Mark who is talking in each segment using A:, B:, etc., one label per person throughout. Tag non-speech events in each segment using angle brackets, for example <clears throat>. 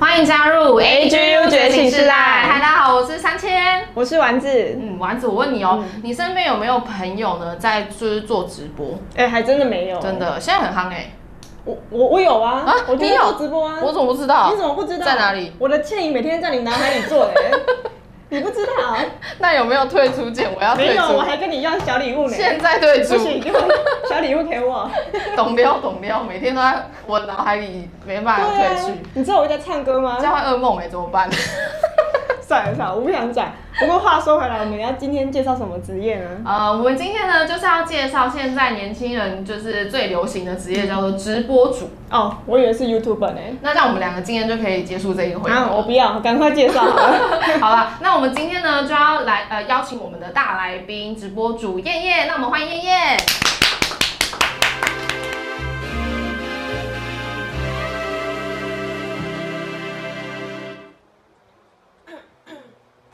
A: 欢迎加入 AGU 觉醒时代。
B: 嗨，大家好，我是三千。
C: 我是丸子，
B: 嗯，丸子，我问你哦，
C: 嗯
B: 你身边有没有朋友呢，在就是做直播？
C: 哎、还真的没有，
B: 真，的，现在很夯哎、
C: 我我我有啊，
B: 啊
C: 我今
B: 你
C: 天
B: 有
C: 做直播啊，
B: 我怎么不知道？
C: 你怎么不知道？
B: 在哪里？
C: 我的倩影每天在你脑海里做的、
B: <laughs>
C: 欸你不知道？
B: 那有没有退出键？我要
C: 没
B: 退
C: 有，我
B: 出。
C: 还跟你要小礼物呢、
B: 现啊在退
C: 不行，
B: 出，
C: 给我小礼物给
B: <laughs>
C: 我。
B: 懂了懂了，每天都在我脑海里没办法退出，
C: 啊你知道我在唱歌吗
B: 这？样会噩梦哎、怎么办？
C: <laughs>
B: <laughs>
C: 算了算了，我不想讲。不过话说回来，我们要今天介绍什么职业呢？
B: 呃，我们今天呢就是要介绍现在年轻人就是最流行的职业叫做直播主，
C: 哦，我以为是 YouTuber 呢、
B: 那让我们两个今天就可以结束这一回合
C: 啊，
B: 了。
C: 我不要，赶快介绍好了。
B: <laughs> 好了，那我们今天呢就要来呃邀请我们的大来宾直播主燕燕，那我们欢迎燕燕。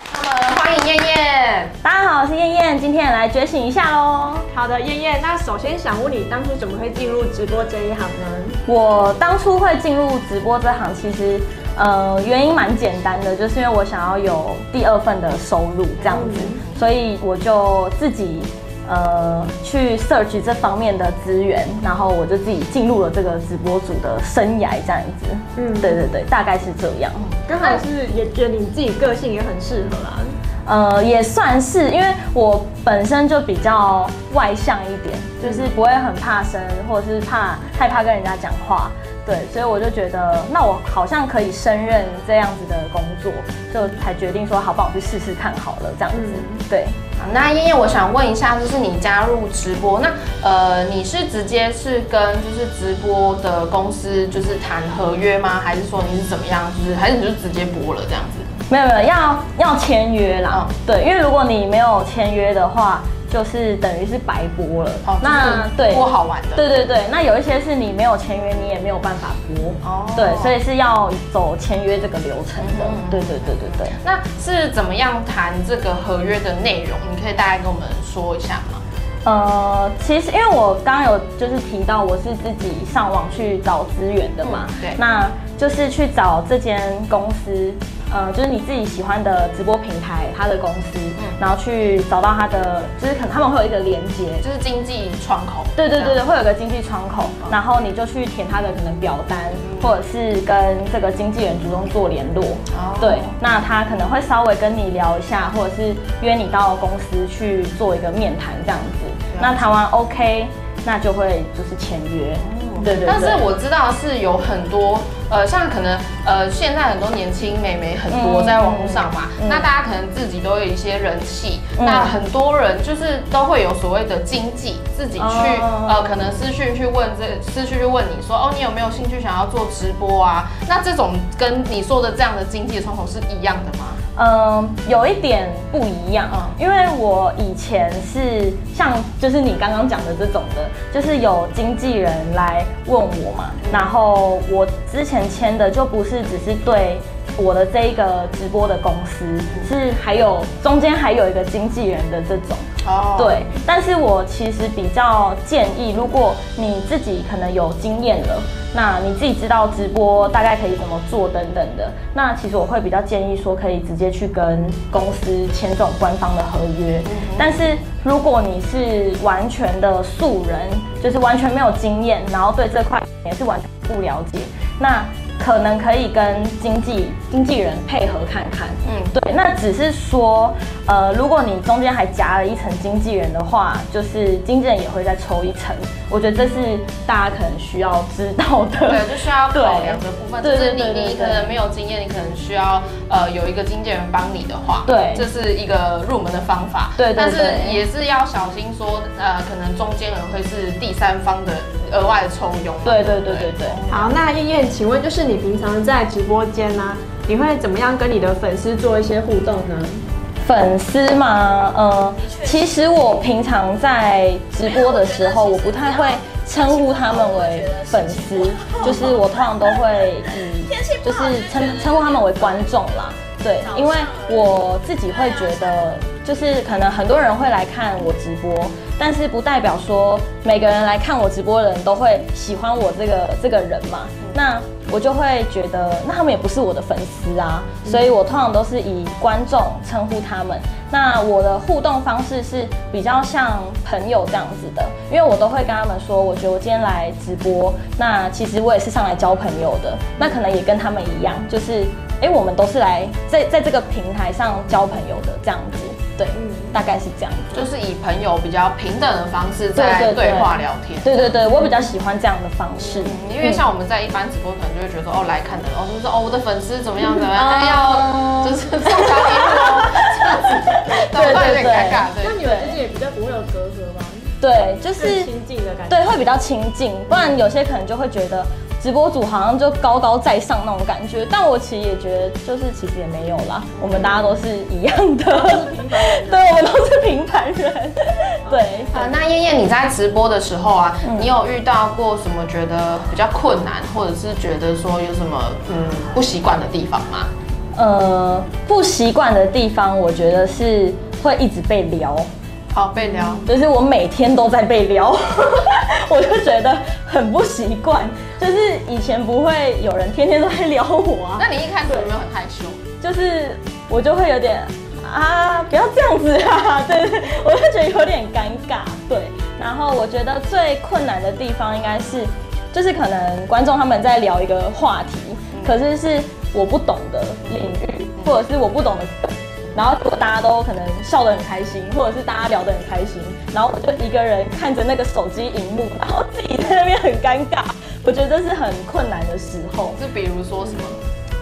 B: 那么欢迎燕燕。
D: 大家好，我是燕燕，今天也来觉醒一下喽。
C: 好的，燕燕，那首先想问你，当初怎么会进入直播这一行呢？
D: 我当初会进入直播这行，其实呃原因蛮简单的，就是因为我想要有第二份的收入这样子，所以我就自己呃去 search 这方面的资源，然后我就自己进入了这个直播组的生涯这样子。
C: 嗯
D: 嗯，对对对，大概是这样。
C: 刚好是也觉得你自己个性也很适合啊。
D: 呃，也算是，因为我本身就比较外向一点，就是不会很怕生，或者是怕害怕跟人家讲话，对，所以我就觉得，那我好像可以胜任这样子的工作，就才决定说，好吧，我去试试看好了，这样子，
B: 嗯
D: 对。
B: 好那燕燕，我想问一下，就是你加入直播，那呃，你是直接是跟就是直播的公司就是谈合约吗？还是说你是怎么样？就是还是你就直接播了这样子？
D: 没有没有，要要签约啦、
B: 嗯
D: 对，因为如果你没有签约的话，就是等于是白播了。
B: 哦就是
D: 对，
B: 播好玩的。
D: 对对对，那有一些是你没有签约，你也没有办法播。
B: 哦
D: 对，所以是要走签约这个流程的。
B: 嗯哼
D: 对对对对对。
B: 那是怎么样谈这个合约的内容？你可以大概跟我们说一下吗？
D: 呃，其实因为我刚刚有就是提到我是自己上网去找资源的嘛，
B: 嗯对
D: 那就是去找这间公司，呃，就是你自己喜欢的直播平台，它的公司，
B: 嗯
D: 然后去找到它的，就是可能他们会有一个连接，
B: 就是经济窗口。
D: 对对
B: 这
D: 对对，
B: 样。嗯
D: 会有个经济窗口，然后你就去填他的可能表单，或者是跟这个经纪人主动做联络。
B: 哦
D: 对，那他可能会稍微跟你聊一下，或者是约你到公司去做一个面谈这样子。那谈完 OK，那就会就是签约。
B: 嗯
D: 对对对。
B: 但是我知道是有很多，呃，像可能呃，现在很多年轻美眉很多
D: 嗯
B: 在网络上嘛，
D: 嗯
B: 那大家可能自己都有一些人气，
D: 嗯
B: 那很多人就是都会有所谓的经济，自己去、
D: 哦
B: 呃，可能私讯去问这私讯去问你说，哦，你有没有兴趣想要做直播啊？那这种跟你说的这样的经济窗口是一样的吗？
D: 嗯，有一点不一样，啊
B: 嗯
D: 因为我以前是像就是你刚刚讲的这种的，就是有经纪人来问我嘛，然后我之前签的就不是只是对。我的这一个直播的公司是还有中间还有一个经纪人的这种，
B: 哦，
D: 对，但是我其实比较建议，如果你自己可能有经验了，那你自己知道直播大概可以怎么做等等的，那其实我会比较建议说，可以直接去跟公司签这种官方的合约。但是如果你是完全的素人，就是完全没有经验，然后对这块也是完全不了解，那可能可以跟经纪经纪人配合看看。
B: 嗯，
D: 对，那只是说，呃，如果你中间还夹了一层经纪人的话，就是经纪人也会再抽一层。我觉得这是大家可能需要知道的。
B: 对，就需要考量的部分，就
D: 对
B: 是你
D: 对对对
B: 你
D: 对
B: 可能没有经验，你可能需要呃有一个经纪人帮你的话，
D: 对
B: 这是一个入门的方法，
D: 对对
B: 但是
D: 对
B: 也是要小心说，呃，可能中间人会是第三方的额外的抽佣，
D: <laughs> 对对对对对。
C: 好，那燕燕，请问就是你平常在直播间呢、你会怎么样跟你的粉丝做一些互动呢？
D: 粉丝嘛，呃，其实我平常在直播的时候，我不太会称呼他们为粉丝，就是我通常都会以就是称称呼他们为观众啦。对，因为我自己会觉得，就是可能很多人会来看我直播，但是不代表说每个人来看我直播的人都会喜欢我这个这个人嘛。那我就会觉得，那他们也不是我的粉丝啊，所以我通常都是以观众称呼他们。那我的互动方式是比较像朋友这样子的，因为我都会跟他们说，我觉得我今天来直播，那其实我也是上来交朋友的，那可能也跟他们一样，就是哎、诶我们都是来在在这个平台上交朋友的这样子，对，嗯大概是这样子。
B: 就是以朋友比较平等的方式在
D: 对对对
B: 对话聊天。
D: 对对对，我比较喜欢这样的方式，
B: 嗯因为像我们在一般直播，可能就会觉得哦，来看的人，哦，就是哦，我的粉丝怎么样怎么样，哎
D: 哦
B: 要就是送小礼物哦，这样
D: <laughs>
B: 子，对，会有点尴尬，对
C: 那。你们之间也比较不会有隔阂吧？
D: 对，就
C: 更
D: 是
C: 亲近的感觉。
D: 对，会比较亲近，不然有些可能就会觉得直播主好像就高高在上那种感觉，但我其实也觉得，就是其实也没有啦，我们大家都是一样的，对，我们都是平凡人，
C: 哦
D: 对。
B: 呃，那燕燕，你在直播的时候啊，
D: 嗯
B: 你有遇到过什么觉得比较困难，或者是觉得说有什么嗯不习惯的地方吗？
D: 呃，不习惯的地方，我觉得是会一直被聊，
B: 好，被聊，
D: 就是我每天都在被撩， <laughs> 我就觉得很不习惯。就是以前不会有人天天都在撩我啊，
B: 那你一开始有没有很害羞？
D: 就是我就会有点啊，不要这样子啊， <laughs> 对，对我就觉得有点尴尬，对。然后我觉得最困难的地方应该是，就是可能观众他们在聊一个话题，可是是我不懂的领域，或者是我不懂的梗。然后如果大家都可能笑得很开心，或者是大家聊得很开心，然后我就一个人看着那个手机荧幕，然后自己在那边很尴尬，我觉得这是很困难的时候。
B: 是比如说什么？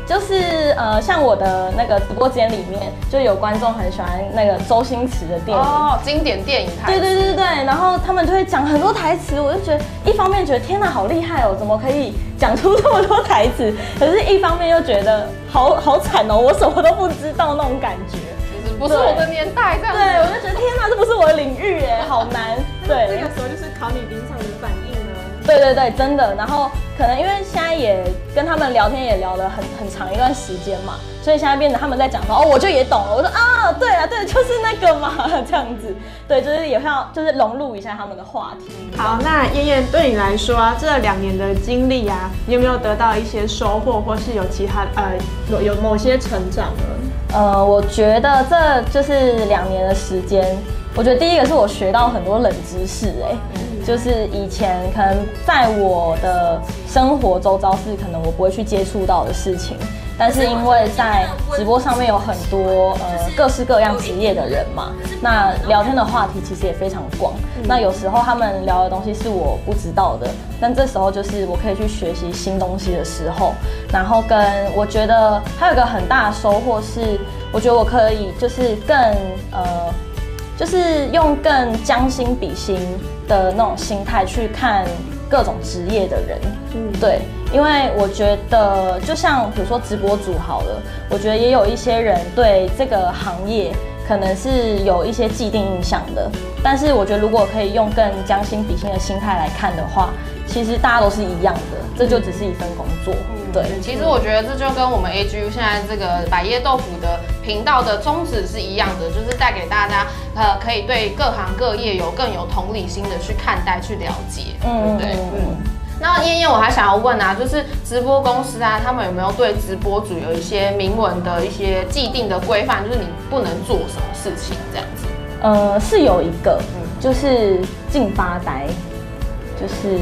D: 就是呃，像我的那个直播间里面，就有观众很喜欢那个周星驰的电影。
B: 哦，经典电影台词。
D: 嗯对对对对对，然后他们就会讲很多台词，我就觉得一方面觉得天哪好厉害哦，怎么可以讲出这么多台词？ <laughs> 可是，一方面又觉得好好惨哦，我什么都不知道那种感觉。
B: 就是不是我的年 <laughs> 代这样
D: 对，
B: 子。
D: 我就觉得天哪，这不是我的领域耶，好难。
B: <laughs>
D: 对，
C: 这个时候就是考你临场的反应啊呢。
D: 对对对，真的。然后可能因为现在也跟他们聊天也聊了很很长一段时间嘛，所以现在变得他们在讲说哦，我就也懂了。我说啊，对啊，对，就是那个嘛， <laughs> 这样子。对，就是也要就是融入一下他们的话题。
C: 好，那燕燕对你来说啊，这两年的经历啊，你有没有得到一些收获，或是有其他呃有有某些成长呢？
D: 呃，我觉得这就是两年的时间。我觉得第一个是我学到很多冷知识、哎，就是以前可能在我的生活周遭是可能我不会去接触到的事情，但是因为在直播上面有很多呃各式各样职业的人嘛，那聊天的话题其实也非常广。那有时候他们聊的东西是我不知道的，但这时候就是我可以去学习新东西的时候。然后跟我觉得还有一个很大的收获是，我觉得我可以就是更呃，就是用更将心比心的那种心态去看各种职业的人。
C: 嗯，
D: 对，因为我觉得，就像比如说直播主好了，我觉得也有一些人对这个行业可能是有一些既定印象的，但是我觉得如果可以用更将心比心的心态来看的话，其实大家都是一样的，这就只是一份工作。对，
B: 其实我觉得这就跟我们 AGU 现在这个百叶豆腐的频道的宗旨是一样的，就是带给大家呃，可以对各行各业有更有同理心的去看待、去了解，
D: 嗯
B: 嗯，对，嗯。那燕燕，我还想要问啊，就是直播公司啊，他们有没有对直播主有一些明文的一些既定的规范，就是你不能做什么事情这样子？
D: 呃，是有一个，就是进发呆，就是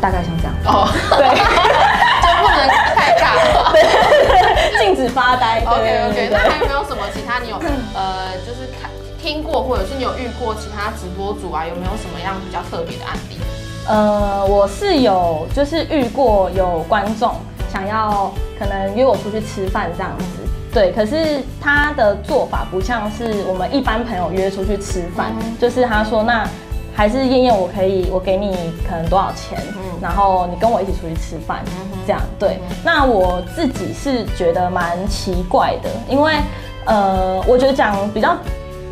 D: 大概像这样。
B: 哦，
D: 对。
B: <laughs> 就不能太尬。
D: 禁止发呆。对
B: OK
D: 对
B: OK，
D: 对
B: 那
D: 对
B: 还有没有什么其他你有呃，就是看听过或者是你有遇过其他直播主啊，有没有什么样比较特别的案例？
D: 呃，我是有就是遇过有观众想要可能约我出去吃饭这样子。对，可是他的做法不像是我们一般朋友约出去吃饭，就是他说那还是燕燕，我可以我给你可能多少钱，然后你跟我一起出去吃饭，这样对。那我自己是觉得蛮奇怪的，因为呃，我觉得讲比较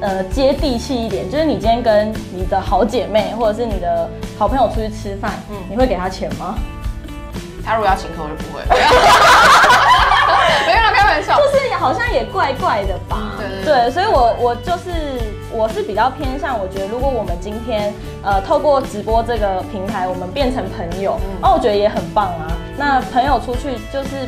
D: 呃接地气一点，就是你今天跟你的好姐妹或者是你的好朋友出去吃饭，
B: 嗯
D: 你会给她钱吗？
B: 他如果要请客，我就不
D: <laughs>
B: 会。没有啦，开玩笑。
D: 就是好像也怪怪的吧？
B: 对对
D: 对，所以我我就是我我是比较偏向，我觉得如果我们今天呃透过直播这个平台，我们变成朋友，
B: 嗯
D: 那、我觉得也很棒啊。那朋友出去就是。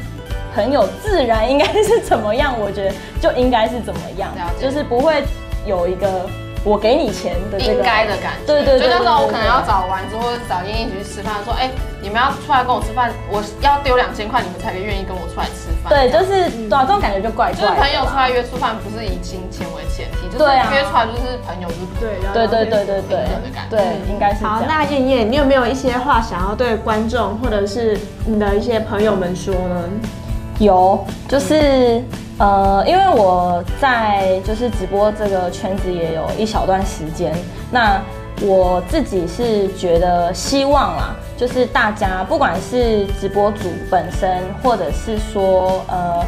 D: 朋友自然应该是怎么样，我觉得就应该是怎么样
B: 了，解
D: 就是不会有一个我给你钱的这个
B: 应该的感觉。
D: 对对对
B: 就那时候我
D: 对对对
B: 可能要找丸子或者找燕燕一起去吃饭，说，哎、你们要出来跟我吃饭，我要丢两千块，你们才愿意跟我出来吃饭。
D: 对，就是
C: 嗯
D: 对啊，这种感觉就怪
B: 就是朋
D: 怪的。
B: 友出来约吃饭，不是以金钱为前提，就是
D: 对啊
B: 约出来就是朋友，就是
C: 对，聊
D: 对
C: 聊
D: 对
C: 天
D: 对对对对，应该是这
C: 好，
D: 样。
C: 那燕燕，你有没有一些话想要对观众或者是你的一些朋友们说呢？
D: 有，就是呃，因为我在就是直播这个圈子也有一小段时间，那我自己是觉得希望啦，就是大家不管是直播主本身，或者是说呃。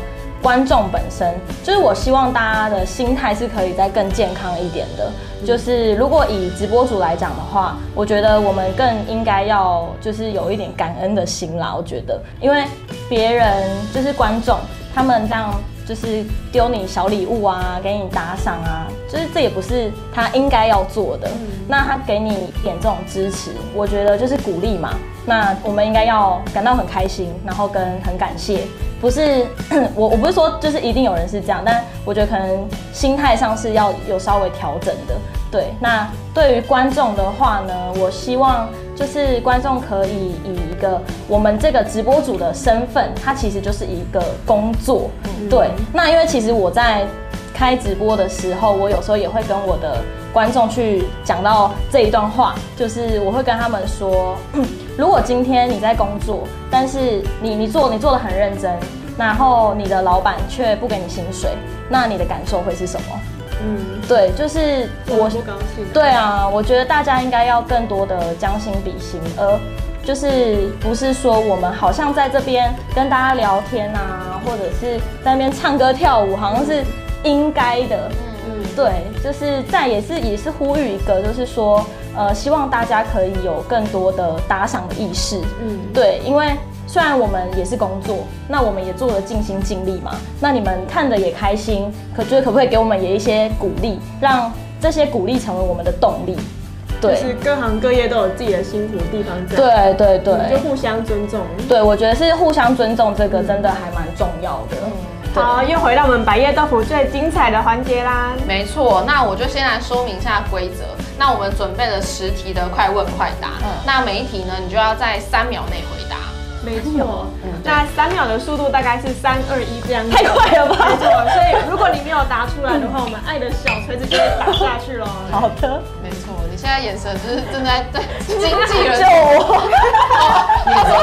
D: 观众本身，就是我希望大家的心态是可以再更健康一点的。就是如果以直播主来讲的话，我觉得我们更应该要就是有一点感恩的心啦。我觉得，因为别人就是观众，他们这样就是丢你小礼物啊，给你打赏啊，就是这也不是他应该要做的。那他给你一点这种支持，我觉得就是鼓励嘛。那我们应该要感到很开心，然后跟很感谢。不是 <coughs> 我，我不是说就是一定有人是这样，但我觉得可能心态上是要有稍微调整的。对，那对于观众的话呢，我希望就是观众可以以一个我们这个直播主的身份，它其实就是一个工作。对，那因为其实我在开直播的时候，我有时候也会跟我的观众去讲到这一段话，就是我会跟他们说， <clears throat> 如果今天你在工作，但是你你做你做的很认真，然后你的老板却不给你薪水，那你的感受会是什么？
C: 嗯，
D: 对，就是我
C: 我不高兴。
D: 对啊，我觉得大家应该要更多的将心比心，而就是不是说我们好像在这边跟大家聊天啊，或者是在那边唱歌跳舞，好像是应该的。
B: 嗯，
D: 对，就是在也是也是呼吁一个，就是说，呃，希望大家可以有更多的打赏的意识。
C: 嗯，
D: 对，因为虽然我们也是工作，那我们也做的尽心尽力嘛，那你们看着也开心，可就是可不可以给我们也一些鼓励，让这些鼓励成为我们的动力？
C: 就
D: 对，
C: 是各行各业都有自己的辛苦的地方，这样
D: 对对对
C: 就互相尊重。
D: 对，我觉得是互相尊重，这个真的还蛮重要的。对
C: 好，又回到我们百叶豆腐最精彩的环节啦。
B: 没错，那我就先来说明一下规则。那我们准备了十题的快问快答，
D: 嗯
B: 那每一题呢，你就要在三秒内回答。
C: 没错，那三秒的速度大概是三二一这样子。
D: 太快了
C: 没
D: 吧
C: 错，所以如果你没有答出来的话，我们爱的小锤子就会打下去 <laughs> 喽。
D: 好的， <laughs>
B: 没错，你现在眼神就是正在对经纪人
D: 救我！ <laughs>
B: 他说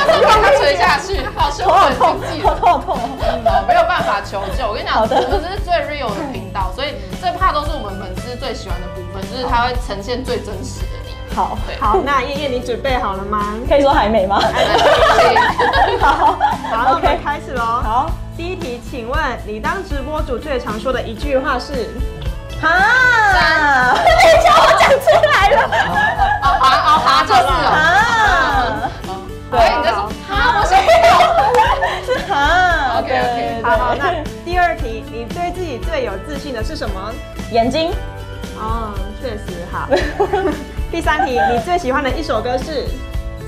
B: 他说把他垂下去，好凶
D: 头好
B: 狠
D: 痛
B: 经纪，
D: 好
B: 人。
D: 痛好痛。
B: 哦，没有办法求救。我跟你讲，
D: 好
B: 我
D: 的
B: 们这是最 real 的频道，所以最怕都是我们粉丝最喜欢的部分，就是它会呈现最真实的你。
D: 好，
B: 对，
C: 好，那燕燕你准备好了吗？
D: 可以说还美吗？
B: 那
C: <laughs>
B: 谢谢
D: 好
C: 好，那我
D: ，OK
C: 们。开始喽。
D: 好，
C: 第一题，请问你当直播主最常说的一句话是？
D: 哈，等一下我讲出来了。
B: 哦啊哦哈，就是哦。
D: 啊，
B: 所以你就说哈，我想不到。
D: 是哈。
B: OK，OK
D: 对对
C: 好好，
D: 对
C: 那第二题，你对自己最有自信的是什么？
D: 眼睛，
C: 哦，确实好。第三题，你最喜欢的一首歌是？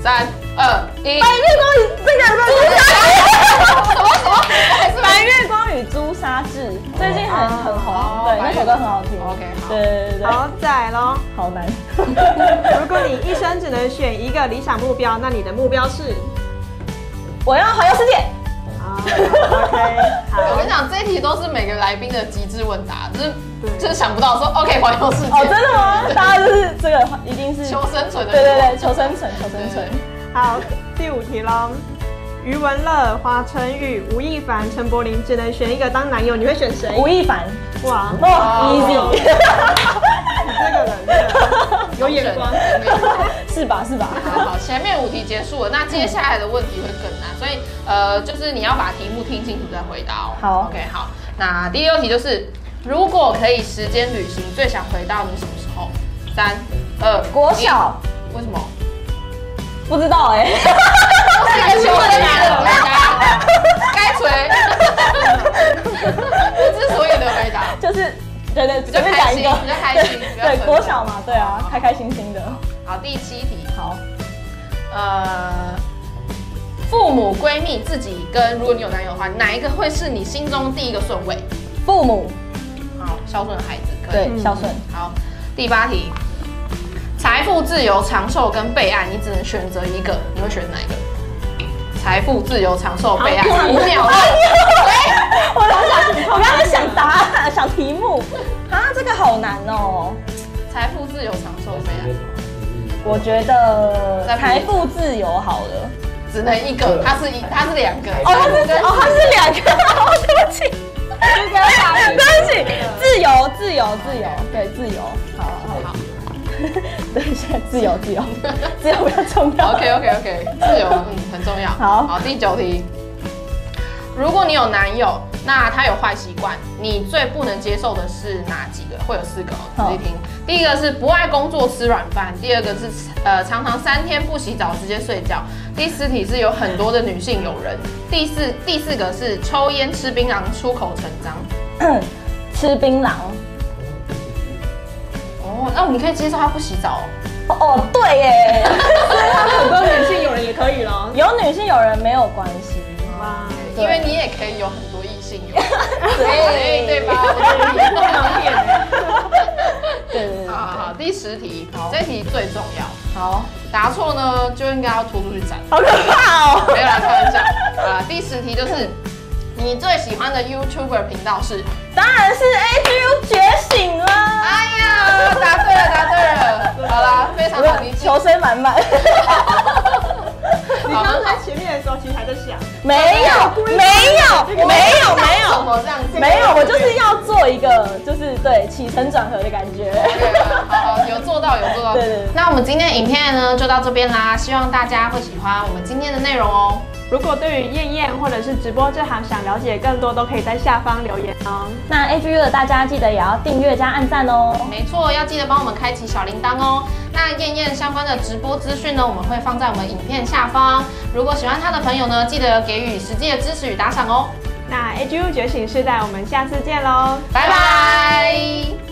B: 三二一，
D: 白月光与这个朱砂，
B: 什么什么？我还是
D: 白月光与朱砂痣，最近很很
B: 哦
D: 红，对，
B: 白
D: 那
B: 月
D: 首歌很好听。
B: OK，好
D: 对对对对，
C: 好，再来喽。
D: 好难。 <laughs>
C: 如果你一生只能选一个理想目标，那你的目标是？
D: 我要环游世界。
C: 啊、o k
B: 我
C: 好
B: 跟你。讲，这一题都是每个来宾的极致问答，就是
C: 对
B: 就是想不到说 OK 环游世界
D: 哦，真的吗？大家就是这个一定是
B: 求生存的
D: 对对对，求生存，求生存。
C: 好，第五题喽。余文乐、华晨宇、吴亦凡、陈柏霖，只能选一个当男友，你会选谁？
D: 吴亦凡，
C: 哇，
D: 哦
C: 你这个人真的有眼光。
D: ，easy，是吧？是吧？
B: 好，好，前面五题结束了，那接下来的问题会更难，所以呃，就是你要把题目听清楚再回答哦。
D: 好
B: ，OK，好。那第六题就是，如果可以时间旅行，最想回到你什么时候？三、二、
D: 国小
B: 一，为什么？
D: 不知道哎，
B: 都是一个求生欲的回答，该锤，不知所以的回答。
D: <laughs> 就是对对，
B: 就
D: 随
B: 开
D: 便下一个
B: 比较开心比较
D: <laughs> 对
B: 纯粹
D: 国小嘛，对啊，开开心心的。
B: 好，第七题，
D: 好，
B: 呃，父母、闺蜜、自己跟如果你有男友的话，哪一个会是你心中第一个顺位？
D: 父母
B: 好，孝顺孩子，可以。
D: 对孝顺，
B: 好，第八题，财富自由、长寿跟备案，你只能选择一个，你会选哪一个？财富自由、长
D: 啊
B: 寿、备案，五秒了。
D: 哎我刚想，我刚刚想答案，想题目啊，这个好难哦。
B: 财富自由、长寿、备案，
D: 我觉得财富自由好了。
B: 只能一个，它是一，它是两个。
D: 哦，它是哦，它是两个。 <laughs> 哦，对不起，对不起，自由，自由，自由，对，自由。 <laughs> 好好好。对，现在自由，自 <laughs> 由，自由比较重要。
B: OK OK OK，自由嗯很重要。
D: 好
B: 好，第九题，如果你有男友，那他有坏习惯，你最不能接受的是哪几个？会有四个哦，仔
D: 好
B: 细听。第一个是不爱工作吃软饭，第二个是呃常常三天不洗澡直接睡觉，第四题是有很多的女性友人，第四第四个是抽烟吃槟榔出口成章。
D: <clears throat> 吃槟榔。
B: 哦，那我们可以接受他不洗澡、哦。
D: 哦哦，对耶，
C: 很多女性友人也可以咯。
D: 有女性有人没有关系。
C: 哇，
D: 对
B: 因为你也可以有很多异性
D: <laughs>
B: 友，对对吧？我觉得你
C: 不能骗欸
D: 对对对
B: 好好好，第十题，
D: 好
B: 这题最重要，
D: 好，
B: 答错呢就应该要拖出去斩。
D: 好可怕哦。
B: 没有啦，开玩
D: <laughs>
B: 笑。好啦，第十题就是你最喜欢的 YouTuber 频道是？
D: 当然是 A G U 觉醒啦！
B: 哎呀，答对了，答对了。好啦，非常哎好，你
D: 求生
B: <laughs>
D: 满满，
C: 你刚才前面的时候其实还在想，
D: 没有，没有，没有，没
B: 怎
D: 有，
B: 么这样子？
D: 没有，我就是要做一个，就是对起承转合的感觉。
B: 好，好有做到，有做到。
D: 对对对
B: 那我们今天的影片呢就到这边啦，希望大家会喜欢我们今天的内容哦。
C: 如果对于燕燕或者是直播这行想了解更多，都可以在下方留言哦。
D: <laughs> 那 A G U 的大家记得也要订阅加按赞哦。
B: 没错，要记得帮我们开启小铃铛哦。那燕燕相关的直播资讯呢，我们会放在我们影片下方。如果喜欢她的朋友呢，记得给予实际的支持与打赏哦。
C: 那 A G U 觉醒世代，我们下次见喽。
B: 拜拜